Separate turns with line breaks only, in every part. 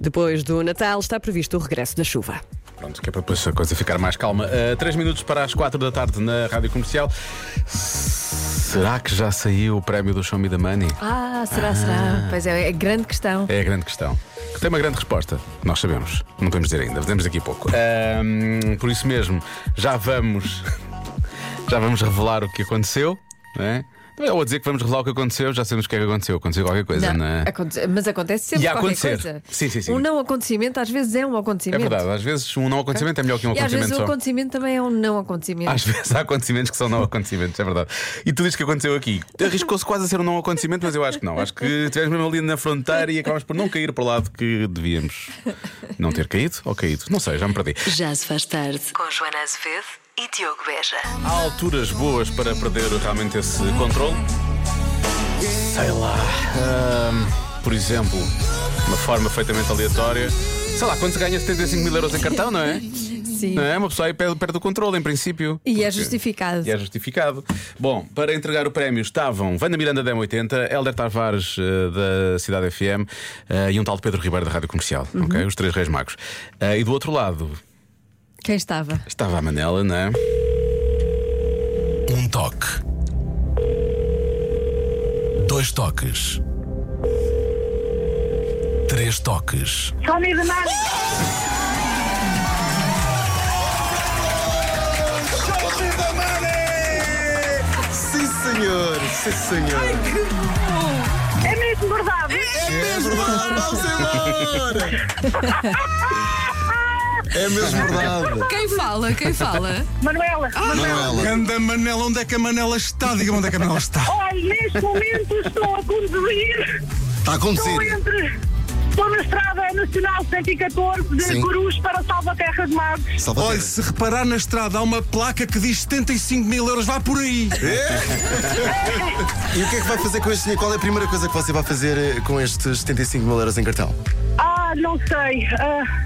Depois do Natal está previsto o regresso da chuva.
Pronto, que é para depois a coisa ficar mais calma. Uh, três minutos para as quatro da tarde na Rádio Comercial. Será que já saiu o prémio do Show Me the Money?
Ah, será, será? Pois é, é grande questão.
É a grande questão. Que tem uma grande resposta. Nós sabemos. Não podemos dizer ainda, dizemos daqui a pouco. Ahm, por isso mesmo, já vamos. Já vamos revelar o que aconteceu, não é? Ou a dizer que vamos revelar o que aconteceu, já sabemos o que é que aconteceu. Aconteceu qualquer coisa, não, é?
aconte- mas acontece sempre
E a
qualquer
acontecer.
coisa.
Sim, sim, sim.
Um não acontecimento às vezes é um
É
acontecimento.
verdade, às vezes um não acontecimento é melhor que um
e às
acontecimento
vezes o
só.
acontecimento também é um não acontecimento.
Às vezes há acontecimentos que são não acontecimentos, é verdade. E tu dizes que aconteceu aqui. Arriscou-se quase a ser um não acontecimento, mas eu acho que não. Acho que estivemos mesmo ali na fronteira e acabamos por não cair para o lado que devíamos. Não ter caído ou caído? Não sei, já me perdi.
Já se faz tarde com Joana Azevedo e Diogo Beja.
Há alturas boas para perder realmente esse controle? Sei lá. Ahm, por exemplo, uma forma perfeitamente aleatória. Sei lá, quando se ganha 75 mil euros em cartão, não é?
Sim.
Não é? Uma pessoa aí perde, perde o controle, em princípio.
E é
Porque-
justificado.
E é justificado. Bom, para entregar o prémio estavam Vanda Miranda da M80, Helder Tavares eh, da Cidade FM eh, e um tal Pedro Ribeiro da Rádio Comercial.
Uhum.
ok? Os três Reis Magos. Eh, e do outro lado
Quem estava?
estava a Manela, não é?
Um toque. Dois toques. Três toques.
Tommy the Man.
Sim, senhor, sim, senhor.
É mesmo verdade.
É mesmo verdade.
Quem fala? Quem fala?
Manuela, Manuela.
Manuela.
Anda Manela, onde é que a Manela está? Diga-me onde é que a Manela está.
Olha, neste momento estou a conduzir.
Está Tá a
Estou
conduzir.
entre. Estou na estrada nacional 114 de
Sim.
Corus para Salvaterra de Magos.
Salvatore.
Olha, se reparar na estrada, há uma placa que diz 75 mil euros, vá por aí.
É? E o que é que vai fazer com este dinheiro? Qual é a primeira coisa que você vai fazer eh, com estes 75 mil euros em cartão?
Ah, não sei. Ah,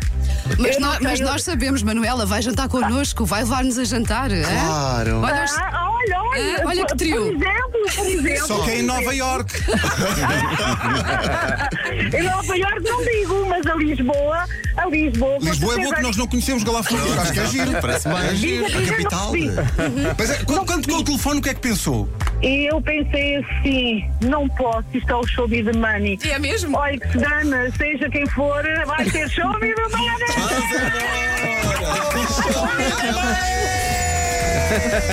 Mas,
Eu não
nós,
sei,
mas
eu-
nós sabemos, Manuela, vai jantar connosco, vai levar-nos a jantar. hã?
Claro.
Olha, os-
ah, olha, olha.
Ah, olha que
Por-
trio.
Por exemplo, por exemplo.
Só que é em Nova York.
Em Nova Iorque não digo, mas a Lisboa. A Lisboa. com
Lisboa é
certeza-
boa que nós não conhecemos Galafões. Acho que é giro.
Parece mais.
Diga, diga, não percebi.
Mas é, quando, quando tocou o telefone, o que é que pensou?
E eu pensei assim: não posso, isto é o show me the money.
É mesmo?
Olha, que se dane, seja quem for, vai ter show me the money.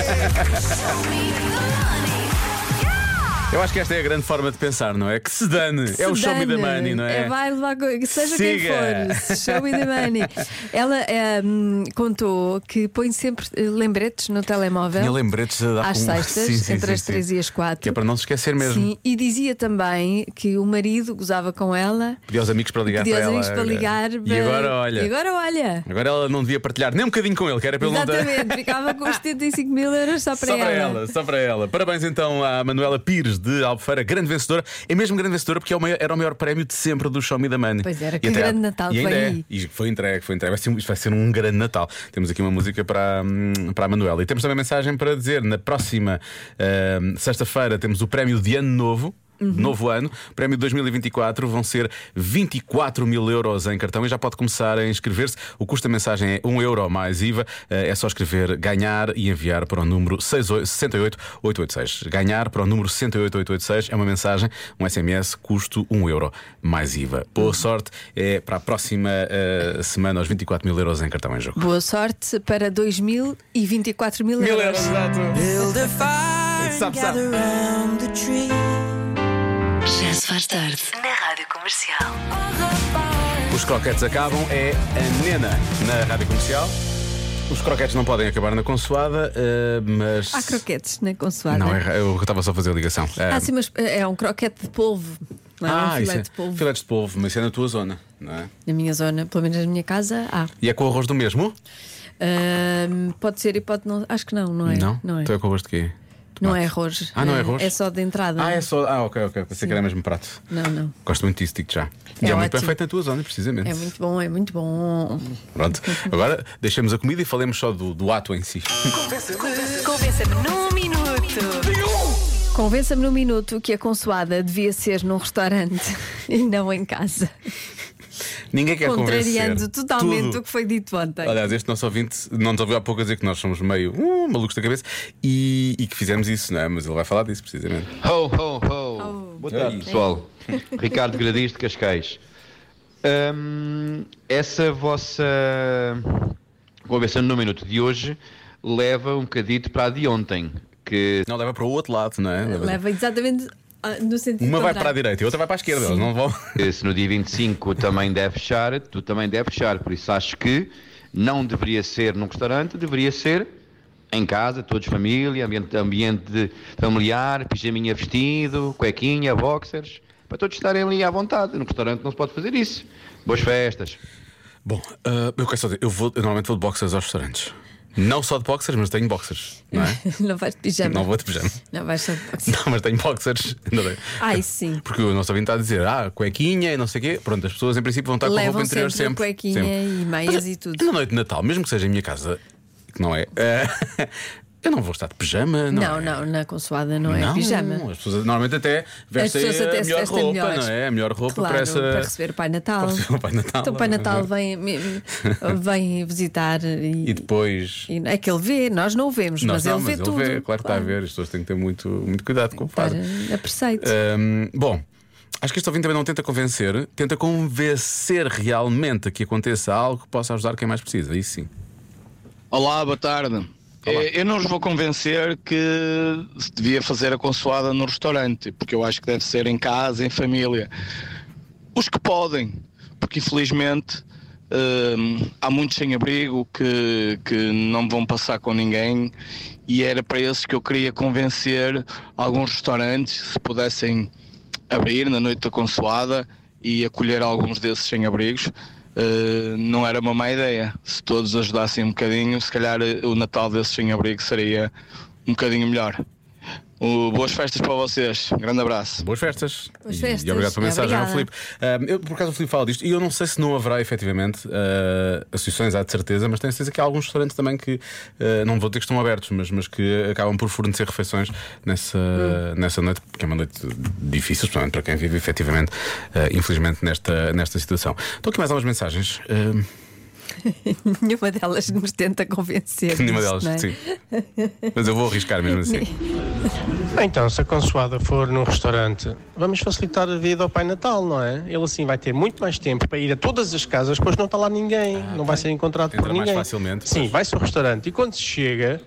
Eu acho que esta é a grande forma de pensar, não é? Que se dane. é o show me the
Sedane.
money, não é?
vai levar, co- seja
Siga.
quem for, show me the money. Ela eh, hum, contou que põe sempre eh, lembretes no telemóvel.
Tinha lembretes de dar
Às
com- um
sextas,
Sim, sim,
entre
sim,
as
sim.
três e as quatro.
Que é para não se esquecer mesmo.
Sim, e dizia também que o marido gozava com ela.
Pedia aos amigos para ligar
Pedia
para
aos
ela.
amigos para ligar.
E
mas-
agora olha.
E agora olha.
Agora ela não devia partilhar nem um bocadinho com ele, que era pelo não dar.
Exatamente, ficava com os 75 mil euros só para
Só
ela.
para ela, só para ela. Parabéns então à Manuela Pires de Albufeira, grande vencedora. É mesmo grande vencedora porque é o maior- era o maior prémio de sempre do Show Me the Money.
Pois era,
E
que
até-
grande Natal
e ainda
foi
é.
aí.
E foi entregue, foi entregue. Vai ser, isto vai ser um grande Natal. Temos aqui uma música para, hum, para a Manuela. E temos também mensagem para dizer: na próxima hum, sexta-feira temos o prémio de Ano Novo.
Uhum.
Novo ano, prémio de 2024 vão ser 24 mil euros em cartão e já pode começar a inscrever-se. O custo da mensagem é 1 euro mais IVA. Eh, É só escrever ganhar e enviar para o número 68 68886. Ganhar para o número 68886 é uma mensagem, um SMS, custo 1 euro mais IVA. Boa sorte, é para a próxima eh, semana, aos 24 mil euros em cartão em jogo.
Boa sorte para 2024 mil euros.
exato.
Build a fire
Stop,
and
stop.
gather round the tree.
Já se faz tarde na Rádio Comercial.
Os croquetes acabam, é a Nena na rádio comercial. Os croquetes não podem acabar na consoada, eh, mas.
Há croquetes na consoada.
Não, é, eu estava só a fazer a ligação. Eh,
Ah, sim, mas é um croquete de polvo. Não é um
isso
filete
é-
de polvo.
filetes de polvo, mas isso é na tua zona, não é?
Na minha zona, pelo menos na minha casa, há.
E é com arroz do mesmo?
Ahm, pode ser e pode não. Acho que não, não é? é.
Então é com arroz de quê?
Não
Tomate.
é arroz.
Ah, não é
É-
arroz?
É só de entrada.
Ah, é só. Ah, ok, ok. Pensei que era mesmo prato.
Não, não.
Gosto muito disso, digo já.
É
e é muito
ótimo.
bem feito na tua zona, precisamente.
É muito bom, é muito bom.
Pronto. Agora deixemos a comida e falemos só do, do ato em si.
Convença-me num minuto.
Convença-me num minuto que a consoada devia ser num restaurante e não em casa.
Ninguém quer
Contrariando
é convencer.
totalmente
Tudo.
o que foi dito ontem.
Aliás, este nosso ouvinte não nos ouviu há pouco a dizer que nós somos meio uh, malucos da cabeça e, e que fizemos isso, não é? Mas ele vai falar disso precisamente.
Ho, ho, ho! Boa tarde, pessoal. Ricardo Gradis de Cascais. Hum, essa vossa conversa no minuto de hoje leva um bocadito para a de ontem, que
Não, leva para o outro lado, não é?
Leva exatamente ah, no sentido
Uma vai
contrário.
para a direita e outra vai para a esquerda. Eles não vão.
que se no dia 25 também deve fechar, tu também deve fechar. Por isso acho que não deveria ser num restaurante, deveria ser em casa, todos família, ambiente, ambiente de- familiar, pijaminha vestido, cuequinha, boxers, para todos estarem ali à vontade. No restaurante não se pode fazer isso. Boas festas.
Bom, ah, eu quero só dizer, eu, vou, eu normalmente vou de boxers aos restaurantes. Não só de boxers, mas tenho boxers, não é?
Não vais de pijama.
Não vou de pijama.
Não vais só de boxer.
Não, mas tenho boxers. Não tenho.
Ai, sim.
Porque o nosso ouvinte está a dizer, ah, cuequinha e não sei o quê. Pronto, as pessoas em princípio vão estar com a roupa
Levam
interior
sempre,
sempre.
cuequinha
sempre.
e meias
Mas,
e tudo.
Na noite de Natal, mesmo que seja em minha casa, que não é, eh, eu não vou estar de pijama, não
Não,
é?
não, na consoada não, é
Não,
pijama.
As pessoas normalmente até
As
vestem
pessoas até
a
se
melhor
vestem
roupa,
melhor.
não é? A melhor roupa
claro,
para essa.
para receber o Pai Natal.
para receber o Pai Natal. é
Então o Pai Natal vem, me- vem visitar e,
E depois.
e é que ele vê, nós não o vemos,
Nós
mas
não,
ele vê
mas
tudo.
ele vê, claro que está a ver, as pessoas têm que ter muito, muito cuidado com o que
Estar
fazem.
a preceito.
Hum, bom, acho que este ouvinte também não tenta convencer, tenta convencer realmente a que aconteça algo que possa ajudar quem mais precisa. Aí sim.
Olá, boa tarde. Eh, Eu não os vou convencer que se devia fazer a consoada no restaurante, porque eu acho que deve ser em casa, em família. Os que podem, porque infelizmente hum, há muitos sem abrigo que, que não vão passar com ninguém e era para esses que eu queria convencer alguns restaurantes, se pudessem abrir na noite da consoada e acolher alguns desses sem-abrigos eh, não era uma má
é?
ideia. Se todos ajudassem um bocadinho, se calhar eh, o Natal desses sem-abrigo seria um bocadinho melhor. O- boas festas para vocês. Grande abraço.
Boas festas.
Boas
E-
festas.
E obrigado pela mensagem ao
Obrigada.
Filipe. Hum, eu, por acaso o Filipe fala disto e eu não sei se não haverá efetivamente ah, associações, há de certeza, mas tenho certeza que há alguns restaurantes também que ah, não vou dizer que estão abertos, mas, mas que acabam por fornecer refeições nessa,
Hum.
nessa noite, porque é uma noite difícil, especialmente para quem vive efetivamente, ah, infelizmente, nesta, nesta situação. Estou aqui mais algumas mensagens. Hum,
Nenhuma delas nos tenta convencer.
Nenhuma
disto,
delas,
não é?
sim. Mas eu vou arriscar mesmo assim.
Então, se a consoada for num restaurante, vamos facilitar a vida ao Pai Natal, não é? Ele assim vai ter muito mais tempo para ir a todas as casas, pois não está lá ninguém, não vai ser encontrado
Ah, Entra
por
mais
ninguém.
facilmente,
Sim,
pois.
vai-se ao restaurante e quando se chega,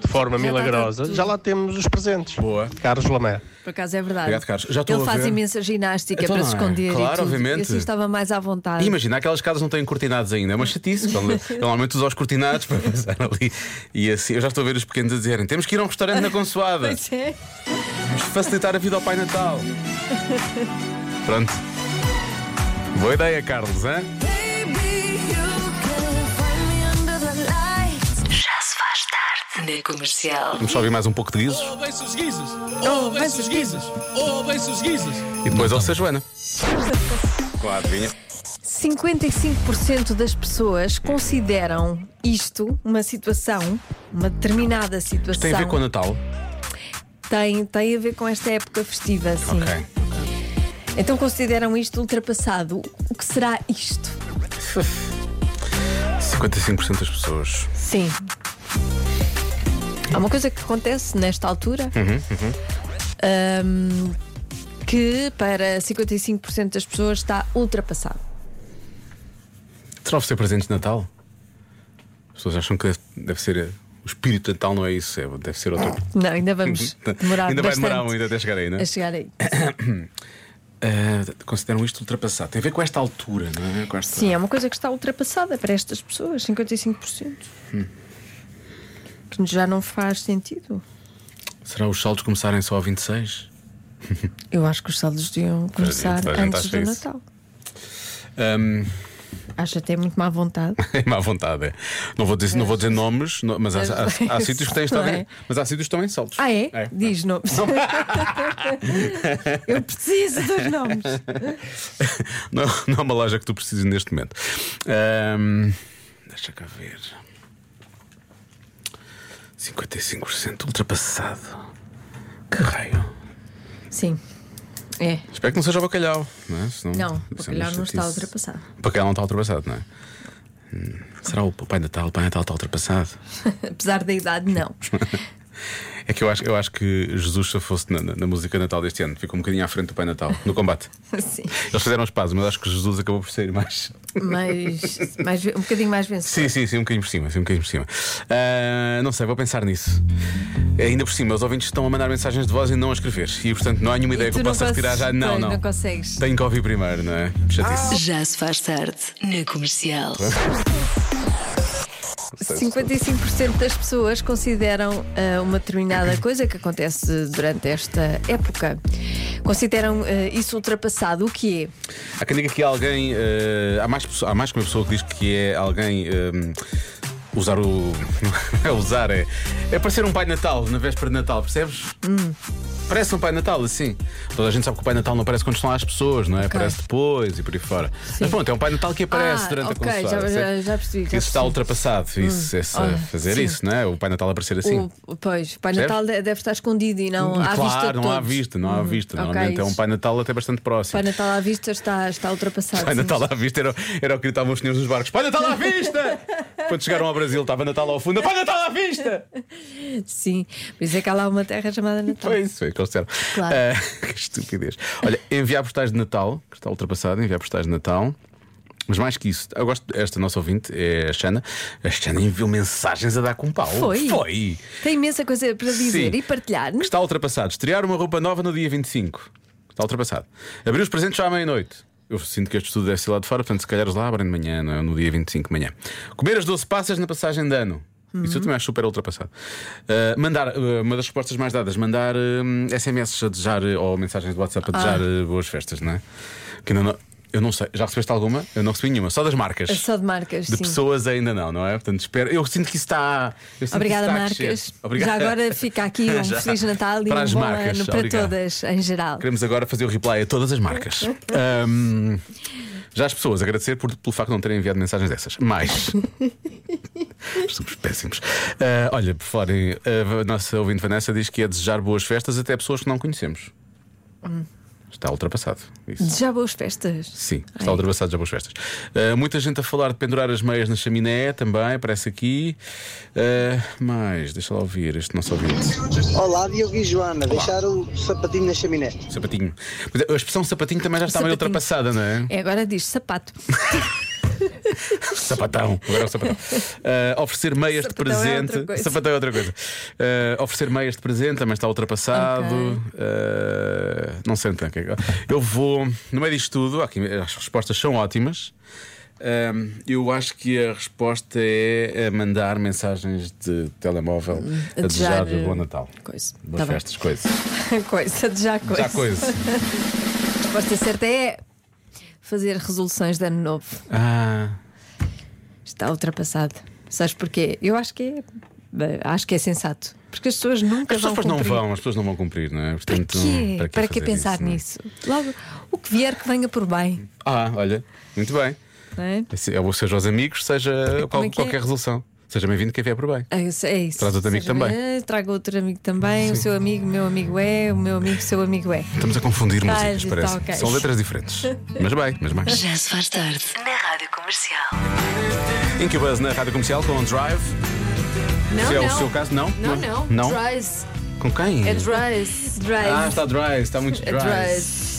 de forma
Já lá está
milagrosa,
tudo.
já lá temos os presentes.
Boa.
Carlos Lamé.
Por acaso é verdade.
Obrigado, Carlos. Já estou
ele
a
faz
ver.
imensa ginástica
Então
para se
não é?
esconder.
Claro,
e tudo.
obviamente.
E assim estava mais à vontade.
E Imagina, aquelas casas não têm cortinados ainda, é uma chatice. Quando- Normalmente usam os cortinados para passar ali. E assim, eu já estou a ver os pequenos a dizerem: temos que ir a um restaurante na Consoada,
Pois é.
Vamos facilitar a vida ao Pai Natal. Pronto. Boa ideia, Carlos, hein?
Já se faz tarde
É
na comercial.
Vamos só ouvir mais um pouco de guisos
Ouvem-se Oh, os guizos!
Oh,
Ouvem-se os guizos! Ouvem-se os guizos!
e depois ao
Então.
Joana. Claro, vinha.
55% das pessoas consideram isto uma situação, uma determinada situação.
Tem a ver com o Natal?
Tem, tem a ver com esta época festiva, sim.
Ok.
Então consideram isto ultrapassado. O que será isto?
55% das pessoas.
Sim. Há uma coisa que acontece nesta altura
Uhum,
hum, que para 55% das pessoas está ultrapassado.
Será oferecer presentes de Natal? As pessoas acham que deve, deve ser. eh, O espírito de Natal não é isso, é- deve ser outro.
Não, ainda vamos Uhum. demorar
Uhum. ainda vai
bastante
demorar muito até chegar aí, não é?
a chegar aí.
Uh, consideram isto ultrapassado. Tem a ver com esta altura, não é? Com esta...
Sim, é uma coisa que está ultrapassada para estas pessoas, 55%.
Hum.
Portanto, já não faz sentido.
Será os saldos começarem só a 26?
Eu acho que os saldos deviam começar
toda a gente
antes
acha
do
isso.
Natal.
Um,
Acho até muito má vontade.
é má vontade. é. Não vou dizer, não vou dizer nomes, no- mas há, há- há sítios que têm estado
É. Não
em,
é?
mas há sítios que estão em saldos.
Ah, é? Diz nomes. Eu preciso dos nomes.
Não, não é uma loja que tu precises neste momento. Um, deixa cá ver. 55% ultrapassado. Que raio.
Sim. É.
Espero que não seja o bacalhau. Não, é? Senão-
Não,
isso é
o
uma
bacalhau não está
chatice.
ultrapassado.
O bacalhau não está ultrapassado, não é? Hum, Será o Pai Natal? O Pai Natal está ultrapassado?
Apesar da idade, não.
É que eu acho, eu acho que Jesus, se fosse na, na- na música Natal deste ano, ficou um bocadinho à frente do Pai Natal, no combate.
Sim.
Eles fizeram os pazes, mas acho que Jesus acabou por sair mais.
Mas, mais- um bocadinho mais
Sim,
vencedor.
sim, sim, um bocadinho por cima, sim, um bocadinho por cima. Ah, não sei, vou pensar nisso. Ainda por cima, os ouvintes estão a mandar mensagens de voz e não a escrever. E portanto não há nenhuma ideia que
tu
eu
não
possa retirar já.
consegues-
Não,
pois,
não.
não consegues.
Tenho que ouvir primeiro, não é? Chatice.
Já se faz tarde na comercial.
55% das pessoas consideram ah, uma determinada coisa que acontece durante esta época. Consideram ah, isso ultrapassado, o que é?
Há quem diga que alguém. eh, há, mais, pessoa- há mais que uma pessoa que diz que é alguém. eh, usar o. é usar, é. É parecer um Pai Natal na véspera de Natal, percebes?
Hum.
Parece um Pai Natal, assim. Toda a gente sabe que o Pai Natal não aparece quando estão lá as pessoas, não é? Aparece depois e por aí fora. Mas pronto, é um Pai Natal que aparece
Ah,
durante
ok,
a consoada.
já-
certo?
já- já percebi, já
Isso está
percebi.
ultrapassado, isso,
Hum,
essa-
olha,
fazer
sim.
isso, não é? O Pai Natal aparecer assim.
O, pois, Pai
Percebes? Hum,
Natal de- deve estar escondido e não à
claro,
vista de
não há
todos. Hum,
vista, não há vista.
ok,
Normalmente é um
isso.
Pai Natal até bastante próximo.
Pai Natal à vista está, está ultrapassado.
Pai
sim.
Natal à vista era, era o que gritavam os senhores nos barcos: Pai Natal à vista! Quando chegaram ao Brasil, estava Natal ao fundo: Pai Natal à vista!
Sim, por isso é que há lá uma terra chamada Natal.
Foi isso, foi o que eles disseram.
Claro.
Ah, que estupidez. Olha, enviar postais de Natal, que está ultrapassado, enviar postais de Natal. Mas mais que isso, eu gosto desta nossa ouvinte, é a Xana. A Xana enviou mensagens a dar com pau.
Foi.
Foi.
Tem imensa coisa para dizer
Sim.
e partilhar.
Que está ultrapassado. Estrear uma roupa nova no dia 25. Está ultrapassado. Abrir os presentes já à meia-noite. Eu sinto que este estudo deve ser lá de fora, portanto, se calhar os lá abrem de manhã, não é? no dia 25 de manhã. Comer as 12 passas na passagem de ano. Isso eu também acho super ultrapassado. Ah, mandar, ah, uma das respostas mais dadas, mandar hum, SMS a desejar ah, ou mensagens de WhatsApp a
Ah.
desejar ah, boas festas, não é? Que ainda não- eu não sei, já recebeste alguma? Eu não recebi nenhuma, só das marcas.
é Só de marcas.
De
sim.
pessoas ainda não, não é? Portanto, espero. Eu sinto que isso está. eu sinto que
Obrigada,
isso está a crescer.
Marcas.
Obrigado.
Já agora fica aqui um
Já.
Feliz Natal e
Para
um
as
bom
marcas,
ano para
obrigado.
todas, em geral.
Queremos agora fazer o reply a todas as marcas. Ahm, já as pessoas agradecer por- pelo facto de não terem enviado mensagens dessas. Mais. Somos péssimos. Ah, olha, por falar, em- a nossa ouvinte Vanessa diz que é desejar boas festas até a pessoas que não conhecemos.
Hum.
Está ultrapassado. Isso.
Já boas festas.
Sim, está ultrapassado já boas festas. Ah, muita gente a falar de pendurar as meias na chaminé também, parece aqui. Ah, mais, deixa lá ouvir este nosso ouvinte.
Olá, Diogo e Joana. Deixar o sapatinho na chaminé.
Sapatinho. Mas A expressão sapatinho também já está meio ultrapassada, não é?
É, agora diz sapato.
Sapatão, agora é o sapatão. Ah, oferecer meias
Sapatão
de
é outra
presente.
coisa.
sapatão é outra coisa. Ah, oferecer meias de presente também está ultrapassado. Ah, não sei então o que é que- Eu vou, no meio disto tudo, aqui, as respostas são ótimas. Ahm, eu acho que a resposta é a mandar mensagens de telemóvel a
desejar,
desejar
eh,
Bom Natal.
Coisa.
Boas
Tá bem.
festas, coisas.
coisa, de já coisa.
Já coisa.
A resposta certa é fazer resoluções de ano novo.
Ah.
Está ultrapassado. Sabes porquê? Eu acho que é. bem, Acho que é sensato. Porque as pessoas nunca
As pessoas depois
vão.
não
cumprir.
vão, as pessoas não vão cumprir, não é? Portanto,
Quê? Para que,
fazer
pensar
isso, não é?
nisso? Logo, o que vier que venha por bem.
Ah, olha, muito bem.
Não é?
Se- Ou seja aos amigos, seja qual-
é que é?
qualquer resolução. Seja bem-vindo quem vier por bem.
É isso. é isso.
Traz outro amigo
Seja,
também.
eh, Traga outro amigo também. O seu amigo, meu amigo é. O meu amigo, seu amigo é.
Estamos a confundir
Tá,
músicas,
tá,
parece.
ok.
São letras diferentes. Mas bem, mas bem.
Já se faz tarde na rádio comercial.
Incubus na rádio comercial com Drive.
Não,
Se é o
não.
seu caso, não?
Não, não.
Não?
Dries.
Com quem?
É Dries.
Ah, está Drive, está muito
É
Drive.
Dries.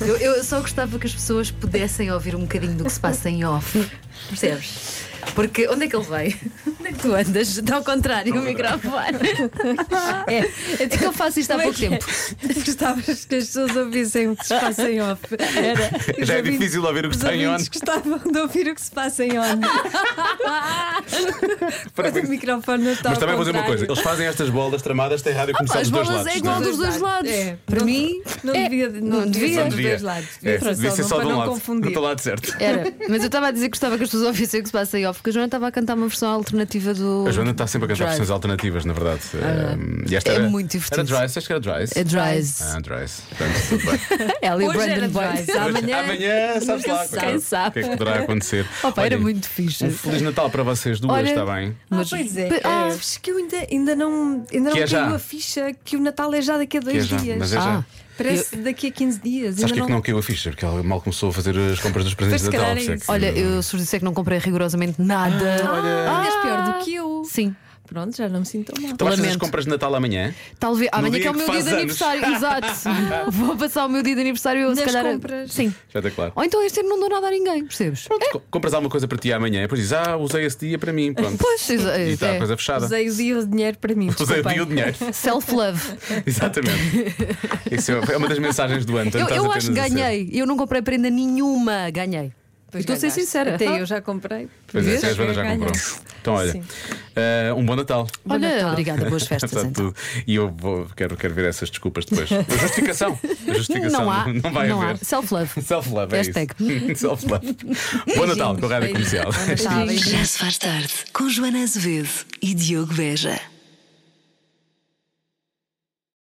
Eu, eu só gostava que as pessoas pudessem ouvir um bocadinho do que se passa em off. Percebes? Porque onde é que ele vai? Onde é que tu andas? Está ao contrário o microfone. É, é que eu faço isto há pouco tempo.
Gostavas que as pessoas ouvissem o que se passa em off. Era.
Já é difícil ouvir o que
Os
está em on.
ouvintes gostavam de ouvir o que se passa em on. Quando o microfone não está
Mas
ao
também vou dizer uma
contrário.
coisa: eles fazem estas bolas tramadas, tem rádio comercial
as
dos dois
bolas
lados.
é
não
igual dos dois lados. É, Para mim, não devia,
É, não devia
Não
dos dois lados.
É, devia ser só
para
de um
não
lado.
confundir. É
Do lado certo.
Era. Mas eu estava a dizer que gostava que as pessoas ouvissem o que se passa em off, porque a Joana estava a cantar uma versão alternativa do.
A Joana está sempre a cantar
Drive.
versões alternativas, na verdade.
Ah,
Hum,
é muito divertido.
Era Dries, acho que era Dries.
É Dries.
Ah, Dries. Portanto, tudo bem.
Ela e o
Hoje era
Ah, Brandon
Dries,
Boyd.
amanhã-
Amanhã, sabes
Nunca
lá
se sabe.
coitado,
Quem sabe?
o que é que poderá acontecer.
Opa, era
Olhem,
muito fixe.
Um Feliz Natal para vocês duas,
Olha,
está bem?
Ah, pois é.
Ah.
Sabes que eu ainda, ainda não, ainda não
Que é
caiu
já.
a ficha que o Natal é já daqui a
Que é
dois
já,
dias.
mas é já.
Parece daqui a 15 dias.
Sabes
ainda
que é que não caiu a ficha? Porque ela mal começou a fazer as compras dos presentes de Natal. por isso é que-
Olha, eu se vos disser que não comprei rigorosamente nada.
Ah, és pior do que eu.
Sim.
Pronto, já não me sinto mal.
Tu vais fazer as Então, compras de Natal amanhã?
Talvez.
No
Amanhã
dia
que é o
que
meu dia
faz
de
anos.
aniversário. Exato. Vou passar o meu dia de aniversário eu, se
Nas
calhar.
compras.
Sim.
Espetacular.
Ou então este ano não dou nada a ninguém, percebes? É.
Co- Compras alguma coisa para ti amanhã e depois dizes, ah, usei esse dia para mim. Pronto.
Pois,
e está a
é.
coisa fechada.
Usei o dia e o dinheiro para mim.
Usei o
desculpem.
dia e o dinheiro.
Self-love.
Exatamente. Isso é uma das mensagens do ano.
Eu,
Portanto,
eu
estás
acho que
apenas a ser-
ganhei. Eu não comprei prenda nenhuma. Ganhei.
Pois
Estou a ser
ganhaste.
sincera.
Até eu já comprei.
Pois é,
Vês?
se a Joana já comprou. Então, olha,
Sim.
eh, um bom Natal.
Olha, obrigada, boas festas. então.
Está tudo. E eu vou- quero, quero ver essas desculpas depois. A justificação. A justificação
Não há.
vai
não há.
haver.
Self-love.
Self-love, é
Hashtag. É
isso. Self-love. Bom
tá,
Natal com a Rádio Comercial.
Já se faz tarde com Joana Azevedo e Diogo Veja.